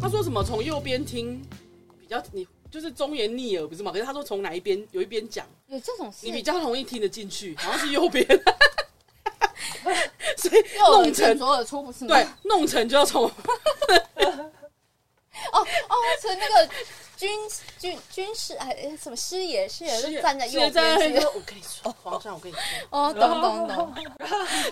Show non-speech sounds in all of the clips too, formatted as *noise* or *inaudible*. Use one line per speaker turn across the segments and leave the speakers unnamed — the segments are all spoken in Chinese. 他说什么从右边听比较你就是忠言逆耳不是吗？可是他说从哪一边有一边讲，
有这种事
你比较容易听得进去，好像是 *laughs* 右边，所以
右
弄
耳进
成
左耳出不是吗？
对弄成就要从
哦哦，是那个军军军师哎哎什么师爷师爷就站在右
是站在那
边
边
是
我跟你说，皇上，我跟你说。
哦，懂懂懂，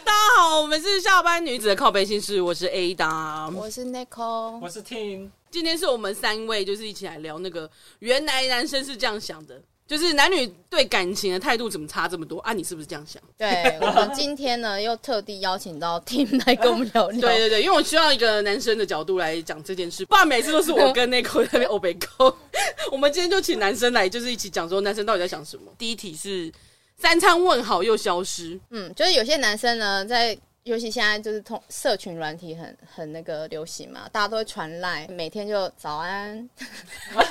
大家好，我们是下班女子的靠背心事，我是 Ada。
我是 Nico，
我是听
今天是我们三位，就是一起来聊那个原来男生是这样想的，就是男女对感情的态度怎么差这么多啊？你是不是这样想？
*laughs* 对我们今天呢又特地邀请到 Tim 来跟我们聊聊，
对对对，因为我需要一个男生的角度来讲这件事，不然每次都是我跟那口在那边欧北沟。 *laughs* 我们今天就请男生来，就是一起讲说男生到底在想什么。第一题是三餐问好又消失，
嗯，就是有些男生呢，在尤其现在就是通社群软体很很那个流行嘛，大家都会传赖，每天就早安， *laughs*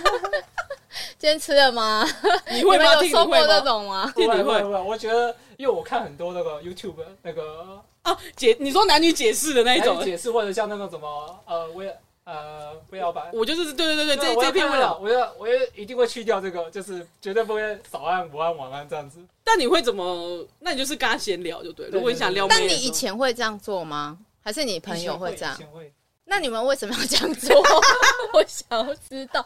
今天吃了吗？
你
你
会
们
吗？
有
听你
收
会
过这
吗？
种吗？
听你
不会
会
不会，我觉得因为我看很多那个 YouTube 那个
啊？解你说男女解释的那一
还有
种，
解释，或者像那种什么呃我也呃不要吧。
我就是对对对对，
对啊
这
我
这
要
篇
看
会
了，
了。
我要我也一定会去掉这个，就是绝对不会早安、午安、晚安这样子。
但你会怎么？那你就是跟他闲聊就对了。
对
如果你想撩妹
那
的时
你
候，
以前会这样做吗？还是你朋友会这样
以？前会
那你们为什么要这样做？ *laughs* 我想要知道，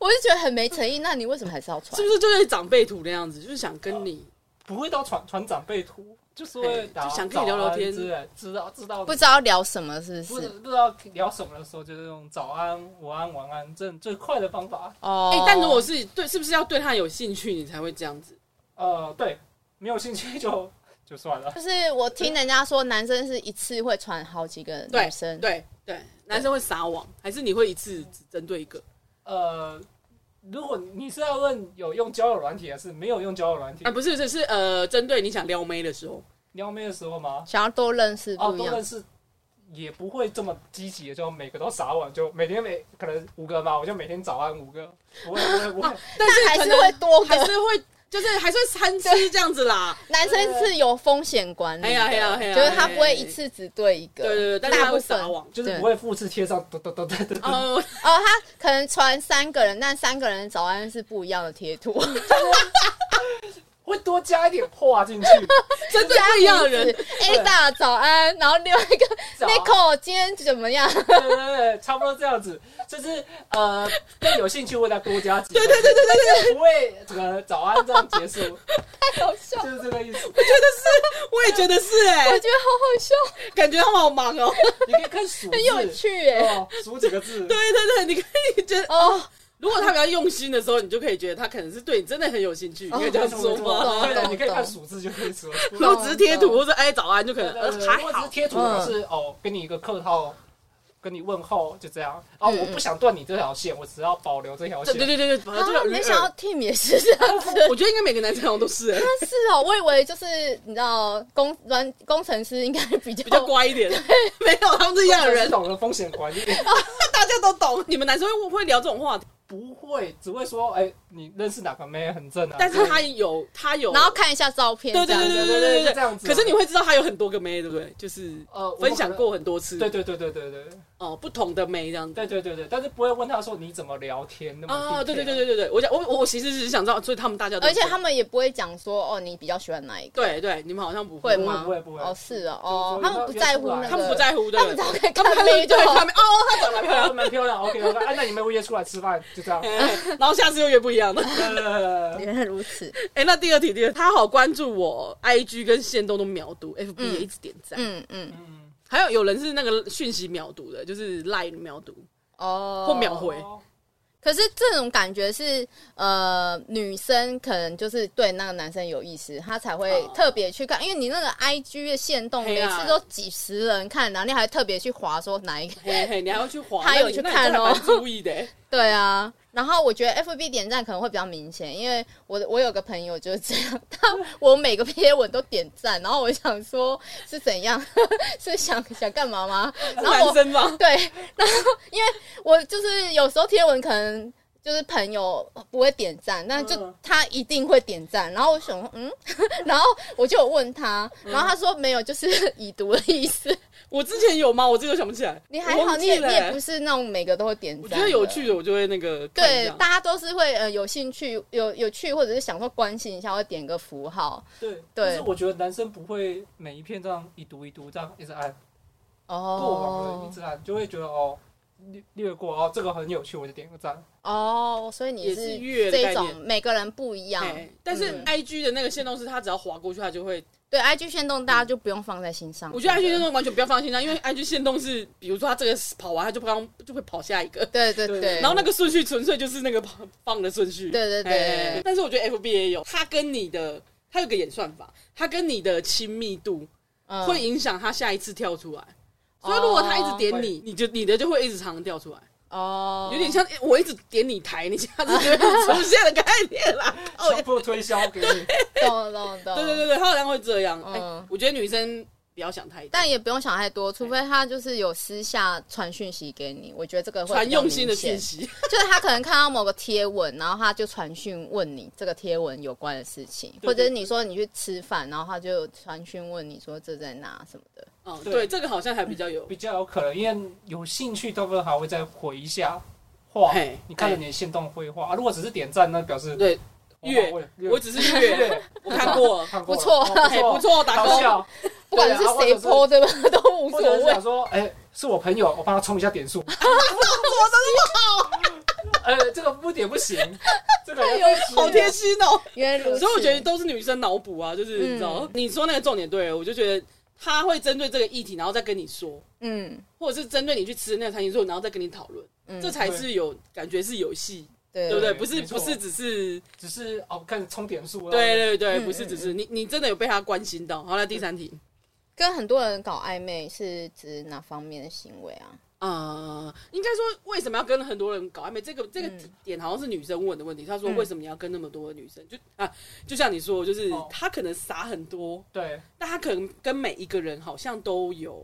我就觉得很没诚意。那你为什么还是要
是
传
不？是就是长辈图那样子，就是想跟你
不会到传传长辈图，就是
对
会
就
打
想跟你聊聊
早安
天
之类，知道知道
不知道要聊什么，是
不
不
知
是？
不知道聊什么的时候，就是用早安、午安、晚安，这最快的方法。
哦
哎、但如果是对，是不是要对他有兴趣，你才会这样子？
呃，对，没有兴趣就就算了。
就是我听人家说，男生是一次会传好几个
对
女生，
对对，男生会撒网，还是你会一次只针对一个？
呃，如果你是要问有用交友软体还是没有用交友软体
啊，，不是，这是呃，针对你想撩妹的时候，
撩妹的时候吗？
想要多认识
哦，
不一
多
样。
认识也不会这么积极，就每个都撒网，就每天每可能五个嘛，我就每天早安五个，不会不会不会，
但是
还
可
是
能
会多
还
个。
是会， *laughs* 就是还是会参差这样子啦。
男生是有风险管理的，
哎呀哎呀哎呀哎
就是他不会一次只对一个，
对对对，但是
大
他
部
会
分
撒
哦，
*laughs* 网。
就是不会复制贴上，嘟嘟嘟嘟嘟嘟。
哦，
他可能传三个人，但三个人早安是不一样的贴
*laughs*
图，
会多加一点话进去。
针对不一样的人，
，Ada 早安，然后另外一个
早安
Nico 今天怎么样？
对对对，差不多这样子，就是呃，更有兴趣会再多加几。对对对对对对，不会这个早安这样结束， *laughs*
好笑，
就是这个意思。
我也觉得是哎、 *laughs*
我觉得好好笑，
感觉他们好忙 *laughs* 哦。
你可以看数
很有
字，
趣哎。
哦，数几个字。
对对对，你可以觉得，
哦，
如果他比较用心的时候，你就可以觉得他可能是对你真的很有兴趣，你可以这样说吗？
对的，你可以看数字就可以说。
如果只是贴图或者哎早安，就可能呃还
我只是
好。嗯
贴图，我是哦，给你一个客套，跟你问候，就这样。哦，我不想断你这条线，我只要保留这条
嗯对对对
线。
对对，反正
啊，
就是
没想到 Tim 也是这样子，
我觉得应该每个男生好像都是哎、
但是哦，我以为就是你知道工软工程师应该比较
比较乖一点。没有，他们是一样的人，
懂得风险管理， *laughs*
大家都懂。你们男生会会聊这种话题，
不会只会说哎，你认识哪个妹很正啊？
但是他有他有，
然后看一下照片，
对对对
这样
对
子
对对对
这样子。
可是你会知道他有很多个妹，对不对？就是
呃
分享，过很多次，
对对对对对对
哦，不同的妹这样子。
对对对对，但是不会问他说你怎么聊天那么
啊，对对对对对对，我想我我我其实只是想知道，所以他们大家都
而且他们也不会讲说哦，你比较喜欢哪一个，
对对，你们好像不
会
会，
吗？
不会不会
哦，是哦，哦，
就
他
是
们
说
不在乎那个，
他们不，在乎，对
他们只要看
他们
看妹就
对
好
他。们哦，他长得漂亮。
蛮漂亮，OK OK，哎，那你们约出来吃饭就
*laughs*
这
*laughs*
样。
哎然后下次又约不一样的。
原来如此，
哎，那第二题，第二，他好关注我，IG 跟线动都秒读，FB 也一直点赞。
嗯嗯，
嗯，
还有有人是那个讯息秒读的，就是赖秒读
哦
或秒回。
可是这种感觉是，呃，女生可能就是对那个男生有意思，她才会
哦
特别去看，因为你那个 I G 的限动
嘿
每
啊
次都几十人看，然后你还特别去划说哪一个，
嘿嘿，你还要去划，
他有
那你
去
那你
看
真的
哦
蛮注意的欸。
对啊。然后我觉得 F B 点赞可能会比较明显，因为我的我有个朋友就是这样，他我每个贴文都点赞，然后我想说是怎样， *laughs* 是想想干嘛吗？
是
*laughs* 然后我
男生
*laughs*
吗？
对，然后因为我就是有时候贴文可能就是朋友不会点赞，但就
嗯
他一定会点赞。然后我想说，嗯， *laughs* 然后我就有问他，
嗯
然后他说没有，就是 *laughs* 已读的意思。
我之前有吗？我这个想不起来。
你还
我
好，
忘
你
记
也
了
你也不
欸。
是那种每个都会点赞。
我觉得有趣。的，我就会那个看一
对
下，
大家都是会呃有兴趣、有有趣，或者是想说关心一下，会点个符号
对，
对
但是我觉得男生不会每一片这样一读一读这样一直按过往的，
哦
一直按，就会觉得哦略略过哦，这个很有趣，我就点个赞。
哦，所以你
也是月的
这
概
种
念
每个人不一样，
嘿但
嗯
是 I G 的那个线动是，他只要划过去，他就会。
对 IG 限动大家就不用放在心上。
我觉得 I G
真
线
的
动完全不要放在心上，因
*laughs*
为 I G 线动是，比如说他这个跑完，他就不刚就会跑下一个。
对对
对
对，
然后那个顺序纯粹就是那个放放的顺序，
对对对
哎但是我觉得 FB 也有，它跟你的它有个演算法，它跟你的亲密度
嗯
会影响它下一次跳出来。所以如果他一直点你，你就你的就会一直常常跳出来，
哦，
有点像哎我一直点你台，你下次就会出现的概念啦。哦，
强迫推销给你，
懂懂懂，
对对对对，它好像会这样。哎、
哦嗯
我觉得女生不要想太多，
但也不用想太多，除非他就是有私下传讯息给你，我觉得这个会
传
比较
用心的
明显
信，息。
就是他可能看到某个贴文，然后他就传讯问你这个贴文有关的事情，
对
或者是你说你去吃饭，然后他就传讯问你说这在哪什么的。
哦，
对
对，这个好像还比
*laughs*
较有
比较有可能，因为有兴趣，大部分还会再回一下画
嘿。
你看了你的线动会画啊，如果只是点赞，那表示哦
对
我
阅
我也
我只是阅，
阅
我看
*laughs*
过了，
看过
不
了
错
哦不
哎、
错，
*laughs* 不错，打
好
勾。
笑。啊
不管是谁泼的 *laughs* 都无
或
所
者是
谓
想，说，哎，是我朋友，我帮他冲一下点
*laughs*
数。 *laughs* 呃，这个不点不行，这个要分析
好贴心哦、
原来如此。
所以我觉得都是女生脑补啊，就是
嗯
你知道，你说那个重点对了，我就觉得他会针对这个议题，然后再跟你说，
嗯
或者是针对你去吃的那个餐厅之后，然后再跟你讨论，
嗯，
这才是有感觉是有戏，
对
对不对？
对
不是
没错
不是只是
只是哦，看冲点数。
对对对，
嗯
不是只是你你真的有被他关心到。好了，第三题，
跟很多人搞暧昧是指哪方面的行为啊？
呃，应该说为什么要跟很多人搞暧昧？这个这个
嗯
点好像是女生问的问题。她说
嗯
为什么你要跟那么多的女生？就啊，就像你说，就是
哦
她可能傻很多，
对，
但她可能跟每一个人好像都有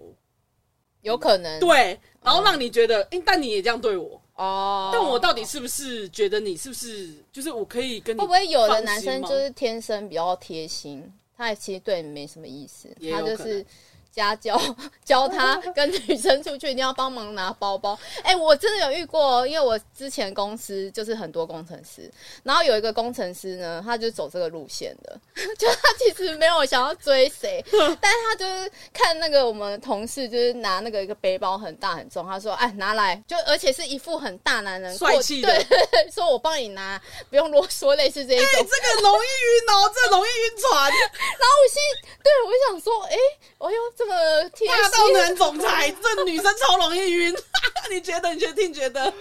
有可能
对，然后让你觉得，哎、但你也这样对我，
哦，
但我到底是不是觉得你是不是就是我可以跟你
会不会有的
放心
男生
吗
就是天生比较贴心，他也其实对你没什么意思，
也有
他
可能
就是家教 *laughs* 教他跟女生出去一定要帮忙拿包包。哎、我真的有遇过哦，因为我之前公司就是很多工程师，然后有一个工程师呢，他就走这个路线的， *laughs* 就他其实没有想要追
*laughs*
谁，但是他就是看那个我们同事就是拿那个一个背包很大很重，他说哎拿来，就而且是一副很大男人过
帅气的
对， *laughs* 说我帮你拿，不用啰嗦，类似这一种。
这个容易晕哦，这容易
*laughs*
晕船，
然后我心里对我想说，哎、我又这么贴
霸道
心，
男
*laughs*
总裁，这女生超容易晕。 *laughs* 你觉得？你觉得？听觉得？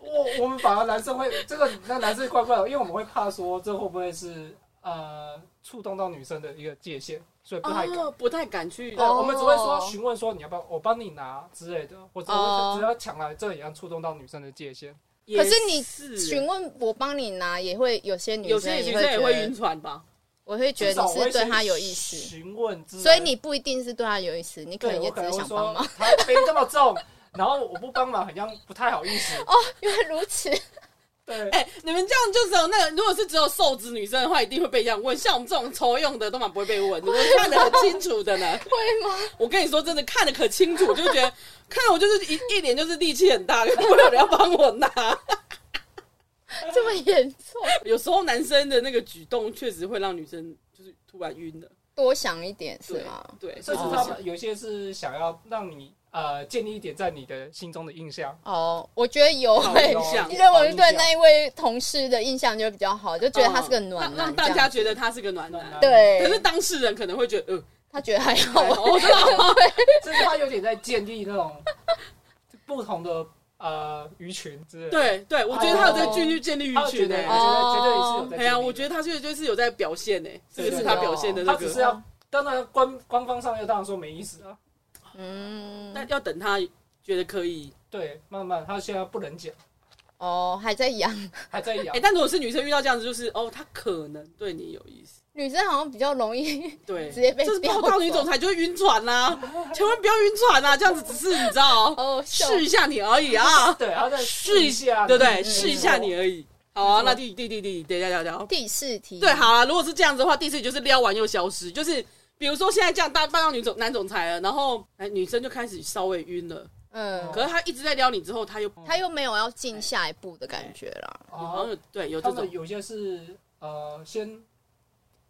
我我们反而男生会这个，那男生怪怪的，因为我们会怕说这会不会是呃触动到女生的一个界限，所以不太敢。
哦，不太敢去。
对，
哦
我们只会说询问说你要不要我帮你拿之类的，或者
哦
我只要抢来，这也要触动到女生的界限。
可是你
也是啊
询问我帮你拿，也会有些女
有些
生也
女生也
会
会
觉
晕
得，
船吧？
我会觉
至
得
少
你
我会
是对
先
他有意思，
询问之类的，
所以你不一定是对他有意思，你可
对
能也
我
只
可能
是
会
想帮
说
忙。
他背这么重， *laughs* 然后我不帮忙好像不太好意思。
哦，原来 *laughs* 如此，
对，
哎、你们这样就只有那个，如果是只有瘦子女生的话，一定会被这样问。像我们这种抽用的，都蛮不会被问，我看得很清楚的呢。
会吗？
我跟你说，真的看得可清楚，我 *laughs* 就觉得看我就是一一脸就是力气很大， *laughs* 不有人要帮我拿。
*laughs* 这么严重？
有时候男生的那个举动确实会让女生就是突然晕的，
多想一点是
对
吗？
对，
甚至
哦就是
他们有些是想要让你呃建立一点在你的心中的印象。
哦，我觉得有
好
诶、
印象
因为我
印
对
象
那一位同事的印象就比较好，就觉得他是个
嗯
暖
让
男
让
这样，
大家觉得他是个暖男。
对，
可是当事人可能会觉得，呃，
他觉得还 *laughs* 好玩。
我知道，
这是他有点在建立
*laughs*
那种不同的呃鱼群之类的。
对对，我觉得他有在继续建立鱼
他觉
群
得
诶、
哦
绝对绝对是有在。
哎呀，我觉
得
得他这个就是有在表现诶、这个是
对
他
哦
表现的
他
那
只是
个，
要，当然官官方上面当然说没意思啊。
嗯，
但要等他觉得可以。
对，慢慢他现在不能讲，
哦，还在养 *laughs*
还在养
哎、。但如果是女生遇到这样子，就是哦，他可能对你有意思，
女生好像比较容易 *laughs*
对，
直接被
就是
标
报道
走
女总裁就会晕
*laughs*
船啦、千万不要晕船啊！这样子只是你知道
哦，秀
试一下你而已
*laughs*
啊，
对，他再试一下，
对不对？
嗯
试一下你。而已。好啊，那第第第第，等一下聊聊。
第四题，
对，好啊，如果是这样子的话，第四就是撩完又消失，就是比如说现在这样大扮到女总男总裁了，然后哎女生就开始稍微晕了，
嗯，
可是他一直在撩你之后，他又
他又没有要进下一步的感觉啦。
好像
哦，
有对有
他
这
们
种
有些是呃先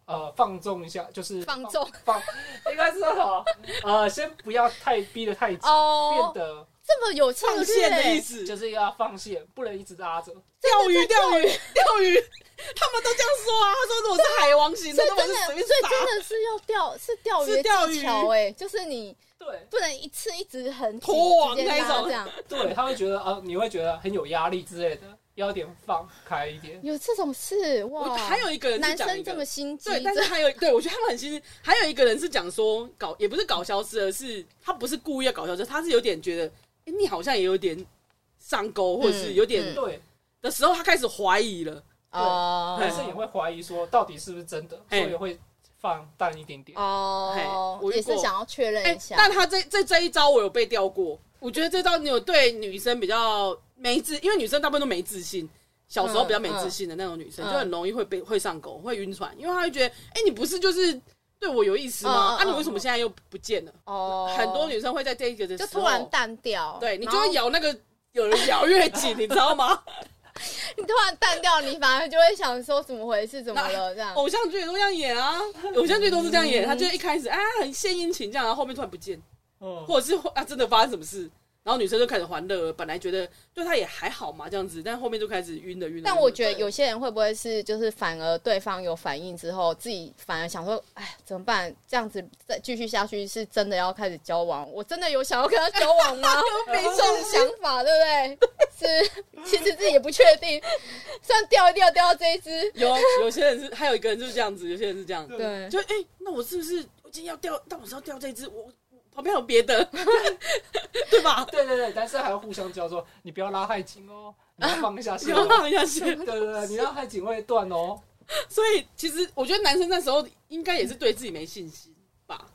呃放纵一下，就是
放纵
放， *laughs* 应该是好呃先不要太逼得太紧，
哦
变，得
这么有策
放
略
线的意思，
欸
就是要放线，不能一直拉着。
钓鱼钓鱼钓鱼，他们都这样说啊，他说如果是海王型的
所以，
那
真
么
的
就，
所
随
以
便
真
撒，
的是要钓，是钓鱼
是钓
的
鱼
技巧哎、就是你
对
不能一次一直很紧
拖网
直接拉
那种
这样，
对，他会觉得啊、呃你会觉得很有压力之类的，要有点放开一点。
有这种事
*laughs* 我
哇？
还有一个人是
男
讲一
生
个
这么心机，
对，但是
这
还有对我觉得他们很心机。还有一个人是讲说搞，也不是搞消失了，是他不是故意要搞消失，他是有点觉得，哎、你好像也有点上钩，或者是有
嗯
点、
对，
的时候，他开始怀疑了。
哦
男生也会怀疑说到底是不是真的，所
嘿
以会放淡一点点。
哦
嘿我，遇
也是
过
想要确认
哎、
一下。
但他这这这一招我有被钓过，我觉得这招你有对女生比较没自，因为女生大部分都没自信。小时候比较没自信的那种女
嗯
生，
嗯嗯
就很容易会被会上钩，会晕船，因为她会觉得，哎、你不是就是对我有意思吗？
嗯嗯
啊，你
嗯
为什么现在又不见了？
哦，
很多女生会在这一个的时
就
候，
突然淡掉，
对你就
哦然
会
后
咬那个，有人咬
*laughs*
越紧，你知道吗？
你突然淡掉，你反而就会想说怎么回事，怎么了这样？
偶像剧也都这样演啊，偶像剧都是这样
嗯
演，他就一开始啊很献殷勤这样，然后后面突然不见，
嗯，
或者是啊真的发生什么事，然后女生就开始欢乐了，本来觉得对他也还好嘛这样子，但后面就开始晕了晕了。
但我
得
觉得有些人会不会是，就是反而对方有反应之后，自己反而想说，哎，怎么办？这样子再继续下去，是真的要开始交往？我真的有想要跟他交往
*laughs*
吗？没这种想法，对不对？是，其实自己也不确定，虽然掉一掉掉到这一只，
有有些人是，还有一个人就是这样子，有些人是这样，
对，
就哎、那我是不是我今天要钓，但我是要钓这一只，我我旁边有别的， *laughs* 对吧？
对对对，男生还要互相教说，你不要拉太紧哦，你要放一下
你
线、
*laughs*
要
哦。
让人家先
对对对，你拉太紧会断哦。
所以其实我觉得男生那时候应该也是对自己没信心吧，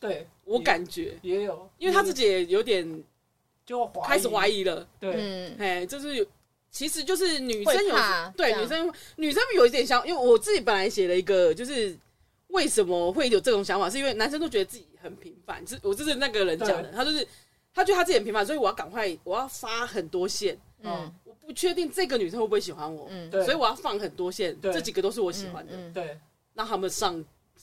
对，
我感觉，
也有，
因为他自己也有点
就会嗯怀疑
开始怀疑了，
对，
嗯，
哎，就是有，其实就是女生
会
有
怕
对
这样
女生女生有一点想，因为我自己本来写了一个，就是为什么会有这种想法，是因为男生都觉得自己很平凡，是我就是那个人讲的，他就是他觉得他自己很平凡，所以我要赶快，我要发很多线，
嗯
我不确定这个女生会不会喜欢我，
嗯，
对
所以我要放很多线，
对
这几个都是我喜欢的。
嗯嗯
对
让他们上，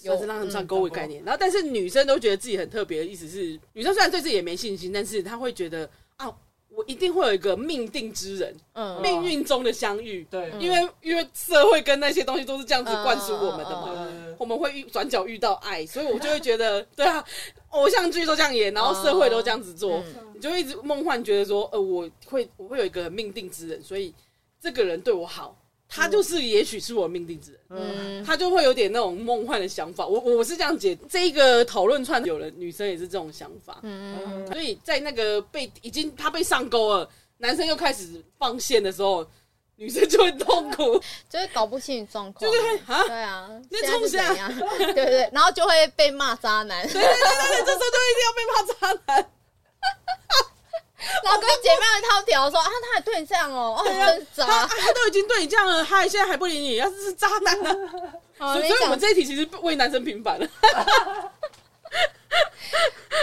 有嗯
就是让他们上钩的概念。然后，但是女生都觉得自己很特别，的意思是，女生虽然对自己也没信心，但是她会觉得啊，我一定会有一个命定之人，
嗯
没
命运中的相遇。
对
嗯
因为因为社会跟那些东西都是这样子灌输我们的
嗯
嘛，
呃，
我们会遇转角遇到爱，所以我就会觉得， *laughs* 对啊，偶像剧都这样演，然后社会都这样子做，
嗯
你就会一直梦幻觉得说，呃，我会我会有一个命定之人，所以这个人对我好，他就是也许是我命定之人。
嗯，
他就会有点那种梦幻的想法。我我是这样解，这一个讨论串有了女生也是这种想法，
嗯
所以在那个被已经他被上钩了，男生又开始放线的时候，女生就会痛苦，
嗯就是搞不清楚状况，
就是会 *laughs* 啊，
对啊，
那
现在
冲
是
下
怎样？ *laughs* 对对对，然后就会被骂渣男，
对对对对，这时候就一定要被骂渣男。
然后跟姐妹们套条说啊，他还对你这样哦，哦，
啊
真
他
渣。
他都已经对你这样了，他还现在还不理你，他是渣男啊！
好，
所
你
以所以我
讲
们这一题其实为男生平反了，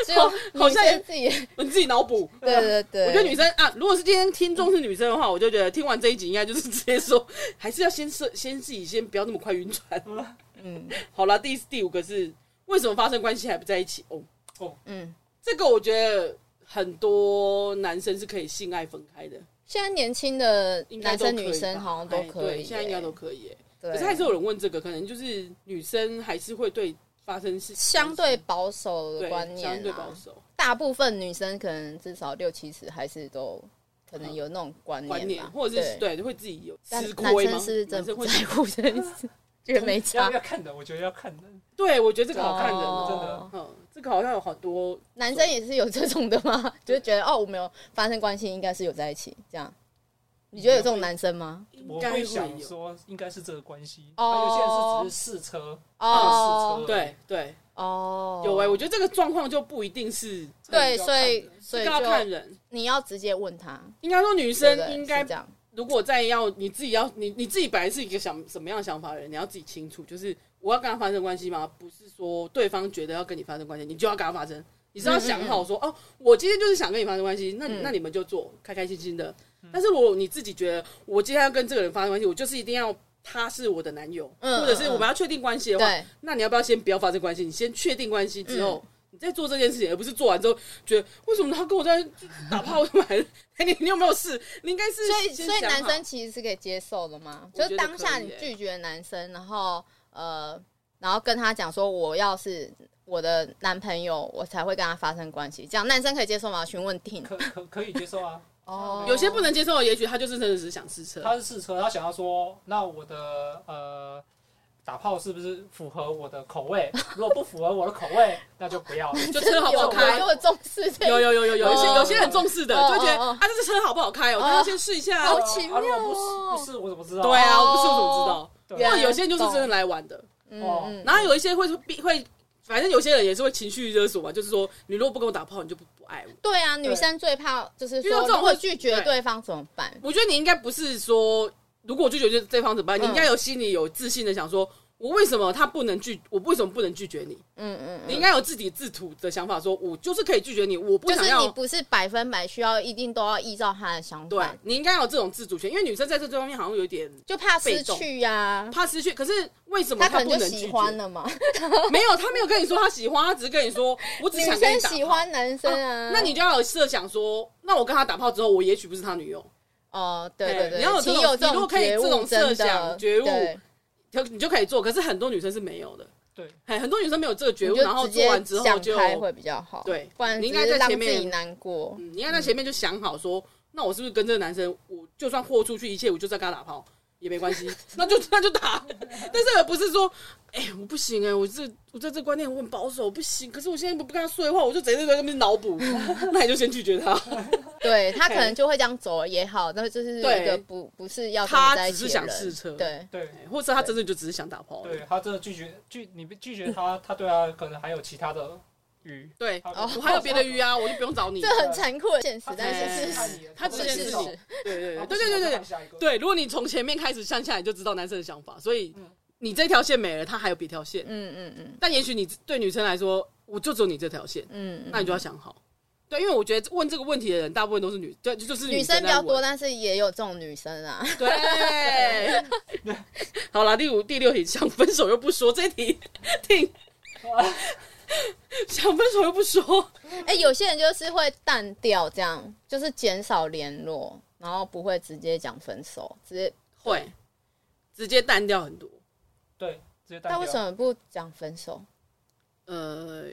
只有
好
女
像也
生自己，
你自己脑补。
对对对，
我觉得女生啊，如果是今天听众是女生的话，我就觉得听完这一集应该就是直接说， *laughs* 还是要先设，先自己先不要那么快晕船。
嗯
好了，第第五个是为什么发生关系还不在一起？哦，
嗯，
这个我觉得很多男生是可以性爱分开的，
现在年轻的
应该
男
都可以
生
吧
女生好像都
哎
可以
对
耶，
现在应该都可以耶。
对，
可是还是有人问这个，可能就是女生还是会对发生事情，
相对保守的
对
观念、啊，
相对保守
大部分女生可能至少六七十还是都可能有那种观念吧，
观念，或者是
对。
对会自己有
但
吃
男
亏吗？
生是真
男
的
生
不
会
在乎这件事，
*laughs*
觉得没
要
差。
要看的，我觉得要看的。
对，我觉得这个好看人
哦
哦，真的。嗯，这个好像有好多
男生也是有这种的吗？就是觉得哦，我们有发生关系，应该是有在一起这样。你觉得有这种男生吗？
应
我
该
会
会
想
有。
说，应该是这个关系。
哦
那有些人是只是试车，
哦
嗯
对对，
哦，
有哎、我觉得这个状况就不一定是
对，所以所
这
以
个要看
就
人。
你要直接问他，
应该说
对
女生
不对
应该
是这样。
如果再要你自己要你你自己本来是一个想什么样的想法的人，你要自己清楚，就是我要跟他发生关系吗？不是说对方觉得要跟你发生关系，你就要跟他发生。你是要想好说、哦，我今天就是想跟你发生关系，那你、
嗯
那你们就做开开心心的。
嗯
但是如果你自己觉得我今天要跟这个人发生关系，我就是一定要他是我的男友，
嗯
或者是
嗯
我们要确定关系的话，
对，嗯
那你要不要先不要发生关系？你先确定关系之后，你再做这件事情，而不是做完之后觉得为什么他跟我在打炮？什么还 *laughs* 你你有没有事？你应该是
所以
先
所以
想
男
好
生其实是可以接受的嘛，
我
就是
觉得
当下
可以
你
耶
拒绝男生，然后呃，然后跟他讲说我要是我的男朋友，我才会跟他发生关系，这样男生可以接受吗？询问 Tin
可
*laughs*
可可以接受啊。
哦
有些不能接受，也许他就是真的只是想试车。
他是试车，他想要说，那我的呃打炮是不是符合我的口
*laughs*
味？如果不符合我的口味，那就不要了。
就车好不好
有有？
开
这么重视这
有
个，
有有有有，有些
哦
有些人重视的，
哦
就会觉得
哦哦
啊，这是车好不好开？我
哦
刚刚先试一下啊。
好奇妙哦
啊如果不是不是，我怎么知道？
对啊，我不是我怎么知道？
对
原
或
来
者有些人就是真的来玩的，
哦
嗯
然后有一些会逼会，反正有些人也是会情绪勒索嘛，就是说你如果不跟我打炮，你就不不爱我。
对啊，女生最怕就是
遇到
说
这种
如果
会
拒绝
对
对方怎么办？
我觉得你应该不是说，如果拒绝就是对方怎么办？你应该有心里有自信的想说，我为什么他不能拒，我为什么不能拒绝你？
嗯嗯
你
嗯。
应该有自己自吐的想法说，我就是可以拒绝你，我不
就
想
是
要。
你不是百分百需要，一定都要依照他的想
对
法，
你应该有这种自主权，因为女生在这方面好像有一点
就怕失
被动
去呀、
怕失去。可是为什么
他可
不
能就
能
喜
拒
欢
*laughs* 绝？
了嘛，
没有，他没有跟你说他喜欢，他只是跟你 *laughs* 说，我只
女
想跟
生
你打炮哦
喜欢男生啊，
那你就要有设想说，那我跟他打炮之后，我也许不是他女友。
哦，对
对
对对，
你要有
其实
哎这种
这
你如
种
果可以
觉悟
这种
真的
设想觉悟
对
就你就可以做，可是很多女生是没有的，
对，
哎，很多女生没有这个觉
你
悟，
就
然后
直
做
接
完之后
想
就
开会比较好，
对
不然
你应
只
该
是
在
让
前
自
面
己难过。
嗯，你看在前面就想好说，那我是不是跟这个男生，我就算豁出去一切，我就在跟他打炮也没关系，那就那就打。 *laughs* 但是而不是说，哎、我不行哎、我这我在这观念我很保守，我不行。可是我现在不跟他睡的话，我就直接在那边脑补， *laughs* 那你就先拒绝他。
对他可能就会这样走也好，那就是一
对
个不不是要跟你在
他
一
只
起
是
的
想
人
试车，
对，
对
哎，或者他真的就只是想打炮而已。
对，他真的拒绝拒你被拒绝他，他对他可能还有其他的鱼。
对，
他
哦
我还有别的鱼啊，我就不用找你
这。很残酷的现实
他，
但
哎
是
只
是
是
他只
是
是
事
自己
实。
对对对对对对
他不行我就
对
换下一个
对，如果你从前面开始看下来，你就知道男生的想法，所以
嗯
你这条线没了，他还有别条线。
嗯嗯嗯
但也许你对女生来说，我就只有你这条线，
嗯，
那你就要想好。对，因为我觉得问这个问题的人，大部分都是女，对，就是
女
生啊
生比较多，
的。
但是也有这种女生 *laughs* 啊。
对，
*laughs*
好啦，第五、第六题，想分手又不说，这一
*laughs*
题听，想分手又不说，
哎、有些人就是会淡掉，这样就是减少联络，然后不会直接讲分手，直接
会直接淡掉很多。
对，直接带
那
掉。
为什么不讲分手？
呃，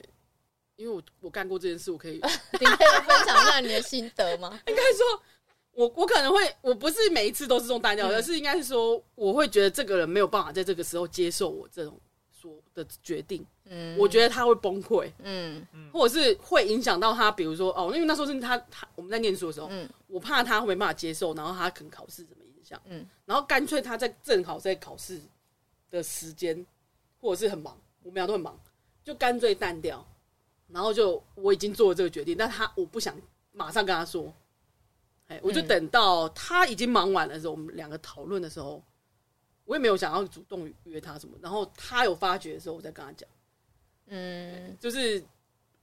因为我我干过这件事，我可以
你可以分享一下你的心得 *laughs* 吗？
应该说，我我可能会，我不是每一次都是这种
嗯
单调，而是应该是说，我会觉得这个人没有办法在这个时候接受我这种说的决定，
嗯，
我觉得他会崩溃，
嗯
或者是会影响到他，比如说哦，因为那时候是他他我们在念书的时候，
嗯
我怕他会没办法接受，然后他可能考试怎么影响，
嗯
然后干脆他在正好在考试的时间，或者是很忙，我们俩都很忙，就干脆淡掉，然后就我已经做了这个决定，但他我不想马上跟他说，哎，我就
嗯
等到他已经忙完的时候，我们两个讨论的时候，我也没有想要主动约他什么，然后他有发觉的时候，我再跟他讲，
嗯，
就是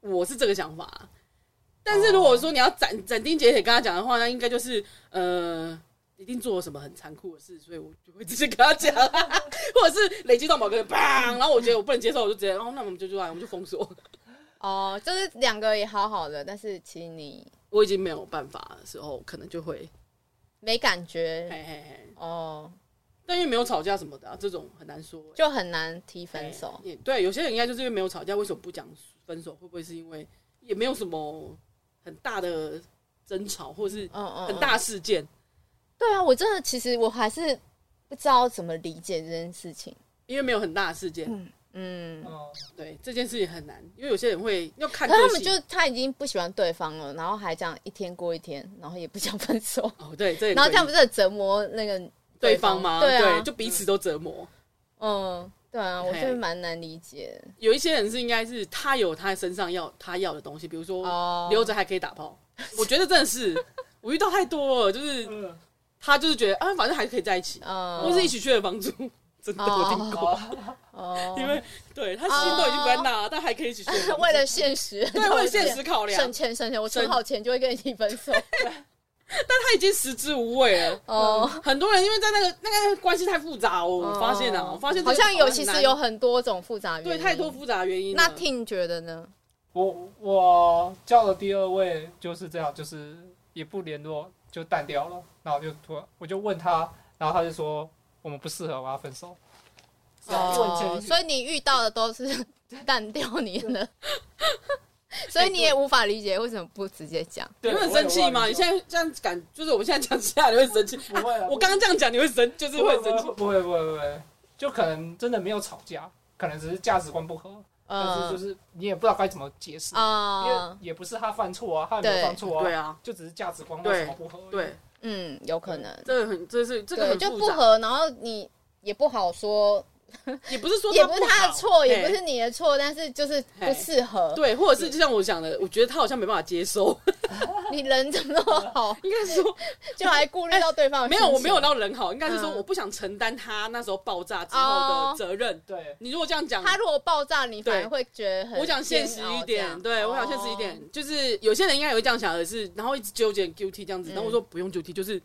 我是这个想法啊、但是如果说你要斩斩钉截铁跟他讲的话，那应该就是呃，一定做了什么很残酷的事，所以我就会直接跟他讲、啊或者是累积到某个人，砰，然后我觉得我不能接受，我就直接，哦，那我们就就来，我们就封锁。
哦，就是两个也好好的，但是其实你
我已经没有办法的时候，可能就会，
没感
嘿
觉
嘿嘿，
哦。
但因为没有吵架什么的、啊，这种很难说、欸
就很难提分手。
也对，有些人应该就是因为没有吵架，为什么不讲分手？会不会是因为也没有什么很大的争吵，或是
嗯嗯，
很
嗯
大事件？
对啊，我真的其实我还是不知道怎么理解这件事情。
因为没有很大的事件，
嗯，
嗯，
对这件事情很难，因为有些人会要看
可
个
他们
性。
就他已经不喜欢对方了，然后还这样一天过一天，然后也不想分手，
哦， *laughs* 对，这也
然后
可以
这样不是很折磨那个
对方吗？
对啊，
就彼此都折磨。
嗯，对啊，我就是
嘿
蛮难理解的
有一些人是应该是他有他身上要他要的东西，比如说
哦。
留着还可以打炮，我觉得真的是我遇到太多了，就是
嗯
他就是觉得啊，反正还可以在一起，
嗯，
或是一起去了房租， *laughs* 真的我听过，
哦，
*laughs* 因为对他心都已经不在那了，但还可以一起去了房
*laughs*
租。
为了现实，
对为了现实考
*laughs*
量
省钱省钱，我存
省
好钱就会跟你分
*laughs*
手。
他已经食之无味了。
哦，
很多人因为在那个那个关系太复杂哦，我发现啊，
哦
我发现这
好
个
像有
很
其实
难
有很多种复杂原因，
对太多复杂原因了。
那 Tin 觉得呢？
我我叫的第二位就是这样，就是也不联络，就淡掉了。然后就突然我就问他，然后他就说我们不适合，我要分手。问前一句
哦所以你遇到的都
*laughs*
是淡掉你的，所以你也无法理解为什么不直接讲。
你
对
会很生气吗？
我有问
你现在这样感，就是我们现在讲起来你会生气。 *laughs*
不会啊
啊我刚刚这样讲你会生，就是会生气。
不会不会不会，就可能真的没有吵架，可能只是价值观不合，但是就
嗯
是你也不知道该怎么解释，因为
啊，
也不是他犯错啊，他也没
对
有犯错
嗯对
啊，
啊，
就只是价值观为什么不合而已。
对，
嗯，有可能，
这个很，这是这个
对，
很
就
复
不
杂，
合，然后你也不好说，
也不是说
也不是他
他
的
好
错，也
嘿
不是你的错，但是就是不适合。
对，或者是就像我讲的，我觉得他好像没办法接收，
你人怎么那么
*laughs*
好，
应该
*laughs*
说
就还顾虑到对方的
哎没
心
有，
情
我没有到人好，应该是说
嗯
我不想承担他那时候爆炸之后
哦
的责任。
对，
你如果这样讲，
他如果爆炸，你反而
对
会觉得很
我讲现实
煎熬
一
这
点，
样
对我讲现实一点，就是有些人应该也会这样想的是，然后一直纠结 guilty 这样子，
嗯
然后我说不用 guilty，就是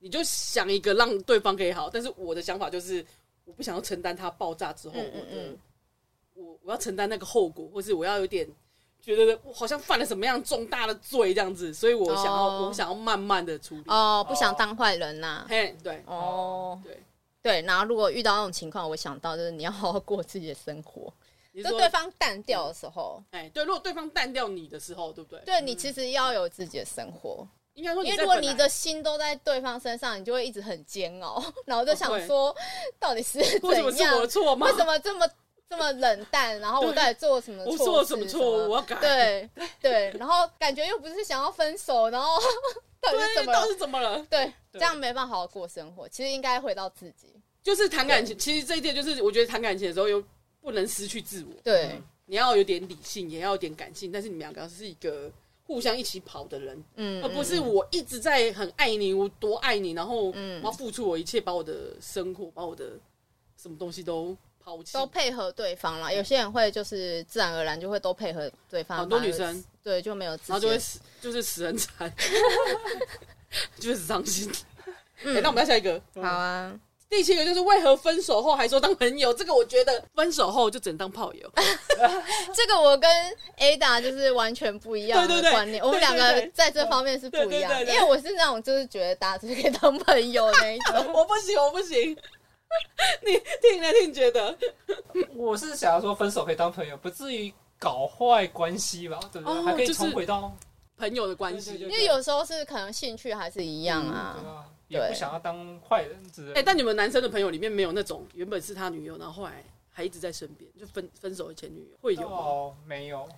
你就想一个让对方可以好，但是我的想法就是我不想要承担他爆炸之后
嗯嗯
我的
嗯
我我要承担那个后果，或是我要有点觉得我好像犯了什么样重大的罪这样子，所以我想要
哦
我想要慢慢的处理。
哦，不想当坏人呐、
嘿，对
哦，
对，
对，然后如果遇到那种情况，我想到就是你要好好过自己的生活。
*laughs* 你
就
是说
对方淡掉的时候，
哎对，如果对方淡掉你的时候，对不对？
对你其实要有自己的生活，
应该说
因为
嗯在
如果
本来
你的心都在对方身上，你就会一直很煎熬， *laughs* 然后就想说，到底是
哦为什么
怎
是我的
样？
错吗？
为什么这么这么冷淡？然后我
对
到底做了什么
我
错事？
做了什么错误？我要改。
对对，然后感觉又不是想要分手，然后 *laughs* 到底是
对，
怎么
到
了
底？是怎么了？
对，这
对
样没办法好好过生活。其实应该回到自己。
就是谈感情，其实这一点就是，我觉得谈感情的时候又不能失去自我，
对，
你要有点理性，也要有点感性，但是你们两个是一个互相一起跑的人，
嗯，
而不是我一直在很爱你，我多爱你，然后我
嗯
要付出我一切，把我的生活，把我的什么东西都抛弃。
都配合对方啦。有些人会就是自然而然就会都配合对方，
很多
反而
女生
对就没有自己，嗯
然后就会死，就是死很惨， *laughs* 就是伤心。哎、
嗯
那我们再下一个，
好啊。
第七个就是为何分手后还说当朋友？这个我觉得分手后就只能当炮友。
这个我跟 Ada 就是完全不一样
对对
的
对
观念，我们两
对
个
对对
在这方面是不一样
对对对
的，
对
因为我是那种就是觉得大家就是可以当朋友那一种。
*laughs* 我不行，我不行。 *laughs* 你听来听觉得
我是想要说分手可以当朋友，不至于搞坏关系吧，对不对？
哦
还可以
就是
重回到
朋友的关系，
对对
因
对
为有时候是可能兴趣还是一样
对
啊，
吧？也不想要当坏人之类
嗯哎、
的。
但你们男生的朋友里面没有那种原本是他女友，然后后来还一直在身边，就分分手的前女友会有吗
哦，没有，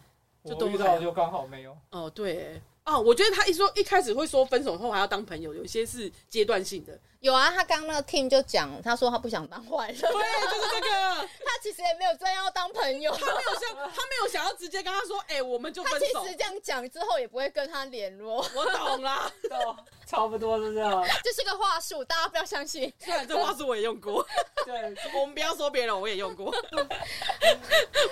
就都
我遇
还
到
好
就刚好
*laughs*
没有。
哦，对，哦，我觉得他一说一开始会说分手后还要当朋友，有一些是阶段性的，
有啊。他刚那个 Tim 就讲，他说他不想当坏人，
对，就是这个，
他其实也没有真要当朋友，
*laughs* 他没有想，他没有想要直接跟他说，哎、我们就
他
分
其
手，
实这样讲之后也不会跟他联络， *laughs*
我懂啦，
到哦差不多是这样。
这是个话术，大家不要相信。
*laughs* 虽然这话术我也用过，
对，
*laughs* 我们不要说别人，我也用 *laughs* 过，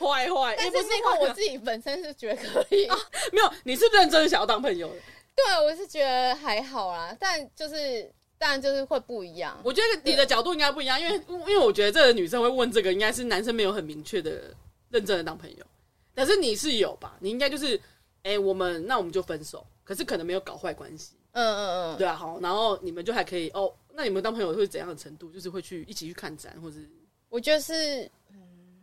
坏坏，
但是
也不是哦
那个
坏
我
啊
自己本身是觉得可以，
没有，你是认真的想要当朋友的。
*laughs* 对我是觉得还好啦，但就是当然就是会不一样。
我觉得你的角度应该不一样，因为因为我觉得这个女生会问这个，应该是男生没有很明确的认真的当朋友，但是你是有吧？你应该就是，哎、我们那我们就分手，可是可能没有搞坏关系，
嗯嗯
对啊，好，然后你们就还可以哦，那你们当朋友会是怎样的程度？就是会去一起去看展，或者是
我就是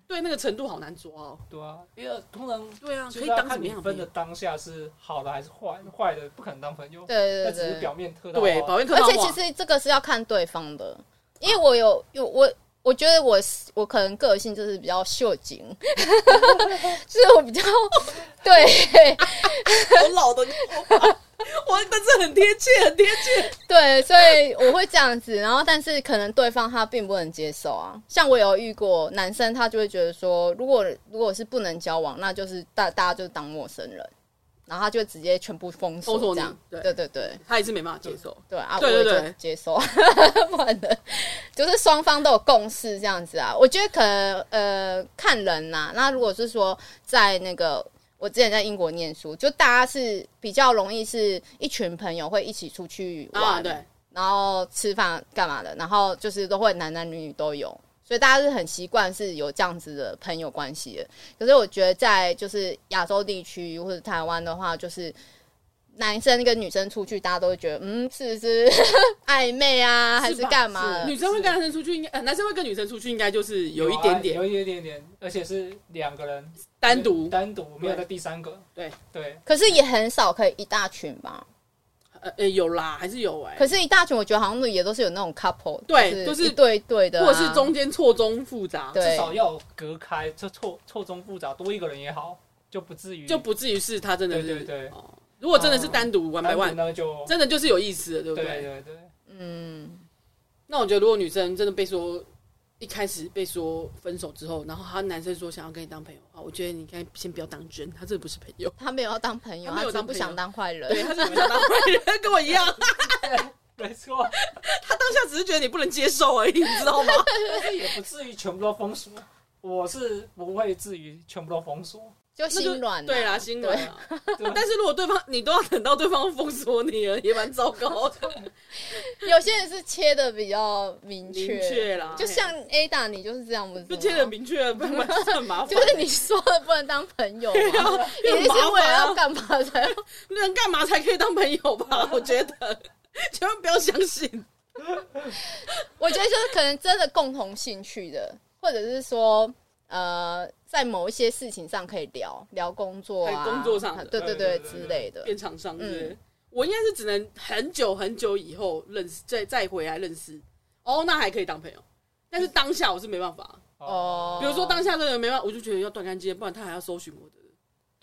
对那个程度好难抓哦。
对啊，因为通常
对啊，
就
可
是
以
要
当
看
什么
你
样的
分
朋
的
友？
当下是好的还是坏，坏的不可能当朋友，
对
那
对
只是
对，
表面特到
对，保
啊。
健课
而
漫
且
画
其实这个是要看对方的，因
啊
为我有有我，我觉得我是我可能个性就是比较秀精， *laughs* 就是我比较 *laughs* 对
好老的说法，我但是很贴切，很贴切。
对，所以我会这样子，然后但是可能对方他并不能接受啊。像我有遇过男生，他就会觉得说，如果如果是不能交往，那就是大大家就当陌生人，然后他就直接全部封锁
封锁
这
你
样。
对
对对对。
他也是没办法接受，
对啊，
对对
我也
对
就接受， *laughs* 不然的，就是双方都有共识这样子啊。我觉得可能呃看人呐、那如果是说在那个我之前在英国念书，就大家是比较容易是一群朋友会一起出去玩，
啊，对，
然后吃饭干嘛的，然后就是都会男男女女都有，所以大家是很习惯是有这样子的朋友关系的。可是我觉得在就是亚洲地区或者台湾的话，就是男生跟女生出去，大家都会觉得嗯，是不
*laughs*
是暧昧啊，还是
吧
干嘛的
女生会跟男生出去，应该、呃男生会跟女生出去，应该就是有一
啊
点点
有一点点，而且是两个人
单独，
单独没有
对
在第三个，
对
对，
可是也很少可以一大群吧？
呃呃，有啦，还是有哎、
可是，一大群我觉得好像也都是有那种 couple，
对
就
就是
一对一对的啊、
或者是中间错综复杂，
对
至少要有隔开，这错错综复杂，多一个人也好，就不至于
就不至于是他真的是
对对对
哦。如果真的是单独玩百
单独
万，
那就
真的就是有意思的，对不
对对对，
嗯，
那我觉得，如果女生真的被说一开始被说分手之后，然后他男生说想要跟你当朋友啊，我觉得你应该先不要当真，他真的不是朋
*laughs*
友，
他没有要当朋友，
他没
只
有
是
当
不
朋友
想当坏人。
对，他是不想当坏人，跟我一样， *laughs*
没错，
他当下只是觉得你不能接受而已，你知道吗？
但是也不至于全部都封锁，我是不会至于全部都封锁，
就
那就
心软啊、
对啦，心软啊。
对
但是如果对方你都要等到对方封锁你了，也蛮糟糕的。
有些人是切的比较明
明
*laughs* 确，
确啦，
就像 Ada 你就是这样，不是吗？
就切的明确，不然
*laughs*
很麻烦。
就是你说的不能当朋
*laughs*
友嘛，你
很
一
麻啊
是为了
烦
要
啊，
干嘛才要？
人干嘛才可以当朋友吧？我觉得千万不要相信。
*laughs* 我觉得就是可能真的共同兴趣的，或者是说呃，在某一些事情上可以聊聊工作啊，
还有工作上的
对对
对
对
对对
之类的。
变厂商是不是我应该是只能很久很久以后认识，再再回来认识，哦，那还可以当朋友。但是当下我是没办法，
哦，
比如说当下这个人没办法，我就觉得要断干净，不然他还要搜寻我的 *laughs*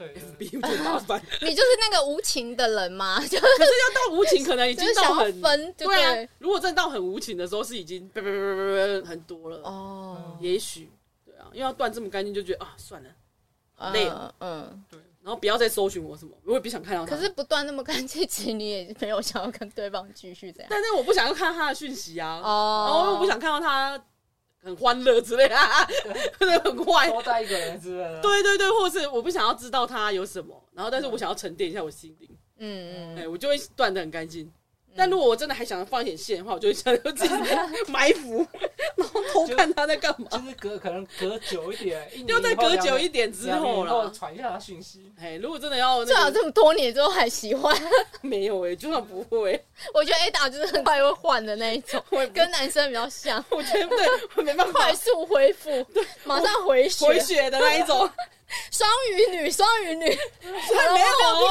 对对对
FB，我觉得
*laughs*
麻烦。
你就是那个无情的人嘛， *laughs* 就是
可是要到无情，可能已
*laughs* 就
经
是
到
想要
很
分，对不
对
对
啊？。如果真的到很无情的时候，是已经 *laughs* 啪啪啪啪啪很多了，
哦，
也许对啊，因为要断这么干净，就觉得啊算了，
嗯
累
嗯，
然后不要再搜寻我什么，我也不想看到他。
可是不断那么干净，其实你也没有想要跟对方继续这样。
但是我不想要看他的讯息啊，然后
哦，
我不想看到他很欢乐之类的、啊，或者很坏。
多带一个人之类的，
哎对啊对对，或是我不想要知道他有什么，然后但是我想要沉淀一下我心灵，
嗯，嗯
哎、
嗯，
我就会断的很干净。但如果我真的还想放一点线的话，我就会想要自己埋伏，然后偷看他在干嘛，
就是隔可能隔久一点，一年
又再
以后
隔
两
久
年
一点之
两年
后
以后
了。
传一下讯息，
哎、如果真的要
最好
那个
这么多年之后还喜欢，
没有哎、就算不会、
我觉得 Ada 就是很快会换的那一种，跟男生比较像，
我觉得对，我没办法
快速恢复，马上回血。
回血的那一种。
双鱼女，双鱼女，
*laughs* 没有哦
我没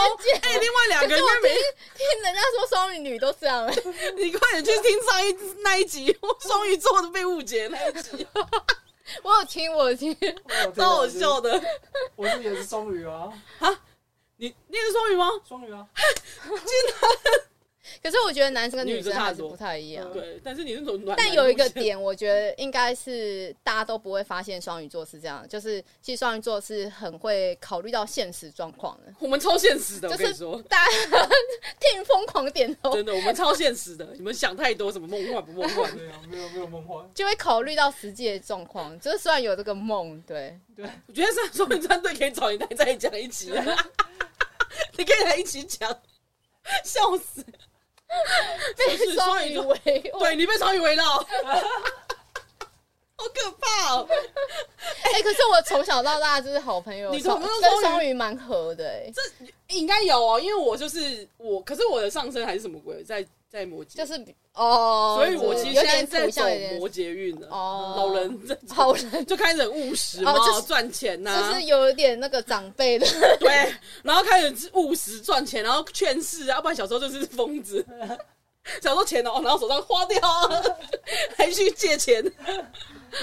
有偏见。
哎、另外两个
可
人
是我
应该没
听听人家说双鱼女都这样，
你快点去听上一那一
*laughs*
集，我双鱼座的被误解那一集，
我有听，我有听，
超好笑
的。
的。
我自己也是双鱼啊，
你你也是双鱼吗？
双鱼啊，
可是我觉得男生跟女
女生
生
差
还
很
是
多
不太一样。
对，但是你是从暖，
啊但有一个，点，我觉得应该是大家都不会发现双鱼座是这样的，就是其实双鱼座是很会考虑到现实状况的。
我们超现实的，
就是
我跟你说，
大家听疯狂点头，
真的，我们超现实的。你们想太多，什么梦幻不梦幻？
对啊，没有没有梦幻，
就会考虑到实际的状况，就是虽然有这个梦，对，
*laughs*
啊
我觉得是双鱼战队可以找你来再讲一
*laughs*
集啊，你可以来一起讲，笑死！
被
是双
双
鱼
鱼
座 *laughs*
围殴， *laughs*
对你被双鱼围绕，可怕哦！
哎、可是我从小到大就是好朋友，
你
双
从那
跟
双鱼
双鱼蛮合的哎、
应该有哦，因为我就是我，可是我的上身还是什么鬼，在在摩羯，
就是比哦，
所以我其实
有
现
点
在在
土
走
象，有点
摩羯运了。
哦，
老人在走
好人，
*laughs* 就开始很务实
哦
嘛
就是，
赚钱呐
就，是有一点那个长辈的，
*laughs* 对，然后开始务实赚钱，然后劝世啊，要不然小时候就是疯子， *laughs* 小时候钱哦，然后手上花掉啊， *laughs* 还去借钱。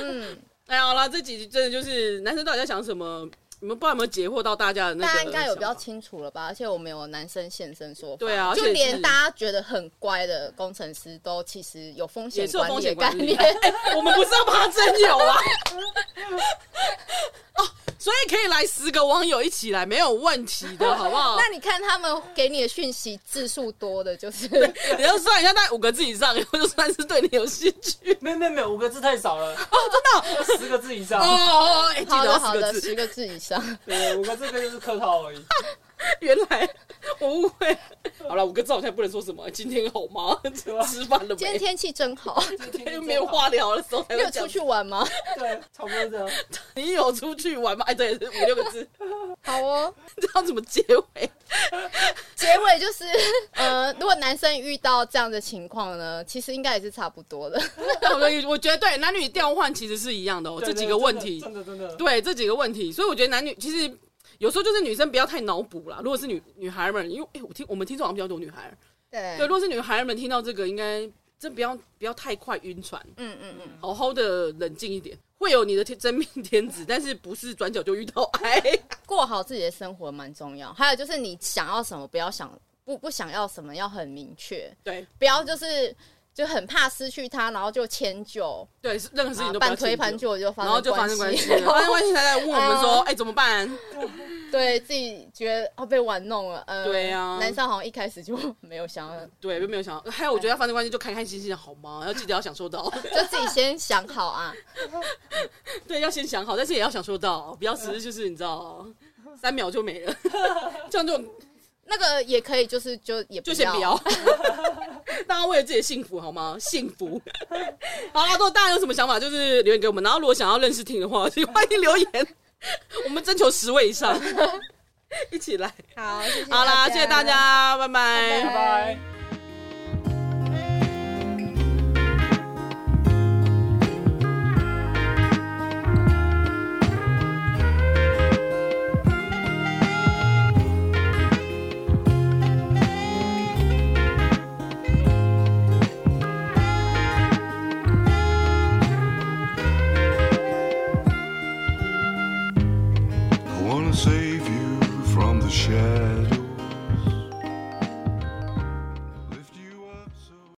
嗯，
哎呀，好啦，这几集真的就是男生到底在想什么？你们不知道有没有解惑到大家的那个？
大家应该有比较。清楚了吧？而且我们有男生现身说法，
对啊，
就
而且
连
是
大家觉得很乖的工程师，都其实有风
也
险
是有风
理的
险
概
管理
念
的。。 *laughs* 哎、我们不是要帮他真有啊。 *laughs* 哦，所以可以来十个网友一起来，没有问题的，好不好？
那你看他们给你的讯息字数多的，就是
你要算一下，大概五个字以上，我就算是对你有兴趣。
没有没有没有，五个字太少了，真的，十个字以上
哦， *laughs* 哦，哦 *laughs* 哎、记
好
得
的
要
好
十个
的
字。
十个字以
*laughs*
上。
对，五个字这就是客套而已。
原来我误会。好了，五个字好像不能说什么。今天好 *laughs* 吗？吃饭了
今天
没？
天气真
*laughs*
好，
又没有话聊的时候才
你有
会
出
讲。
去玩吗？
对，差不多这样。
你有出去玩吗？哎，对，五六个 *laughs* 字，
好哦，
这样怎么结 *laughs* 尾？
结尾就是 *laughs* 呃，如果男生遇到这样的情况呢，其实应该也是差不多
*laughs*
的。
我觉得，我觉得对男女调换其实是一样的哦。这
对
几
对
个问
真的
题，
真的真的，
对这几个问题，所以我觉得男女其实有时候就是女生不要太脑补啦。如果是女女孩们，因为哎、我听我们听众好像比较多女孩儿，
对
对，如果是女孩们听到这个，应该真不要不要太快晕船，
嗯嗯嗯，
好好的冷静一点。会有你的天真命天子，但是不是转角就遇到
*laughs*
爱。
过好自己的生活蛮重要。还有就是你想要什么，不要想不不想要什么，要很明确，
对
不要就是就很怕失去他，然后就迁就，
对，是任何事情
啊
都不要
半推
迁就
半，就就发
然后就发生
生
关系
系， *laughs* 嗯
了，发生关系才来问我们说，哎，怎么办？
对自己觉得哦被玩弄了，呃，
对啊
男生好像一开始就没有想要，
对，就没有想到。还有，我觉得发生关系就开开心心的好吗？要记得要享受到，
就自己先想好啊， *laughs*
对，要先想好，但是也要享受到，不要只是就是你知道，三秒就没了， *laughs* 这样就
那个也可以，就是就也
就先不要。 *laughs* 大家为了自己的幸福好吗？幸福。 *laughs* 好啦，如果大家有什么想法，就是留言给我们。然后如果想要认识听的话， *laughs* 就欢迎留言，我们征求十位以 *laughs* 上，一起来。
好，谢谢
好啦，谢
大
谢大家，拜拜
拜
拜拜。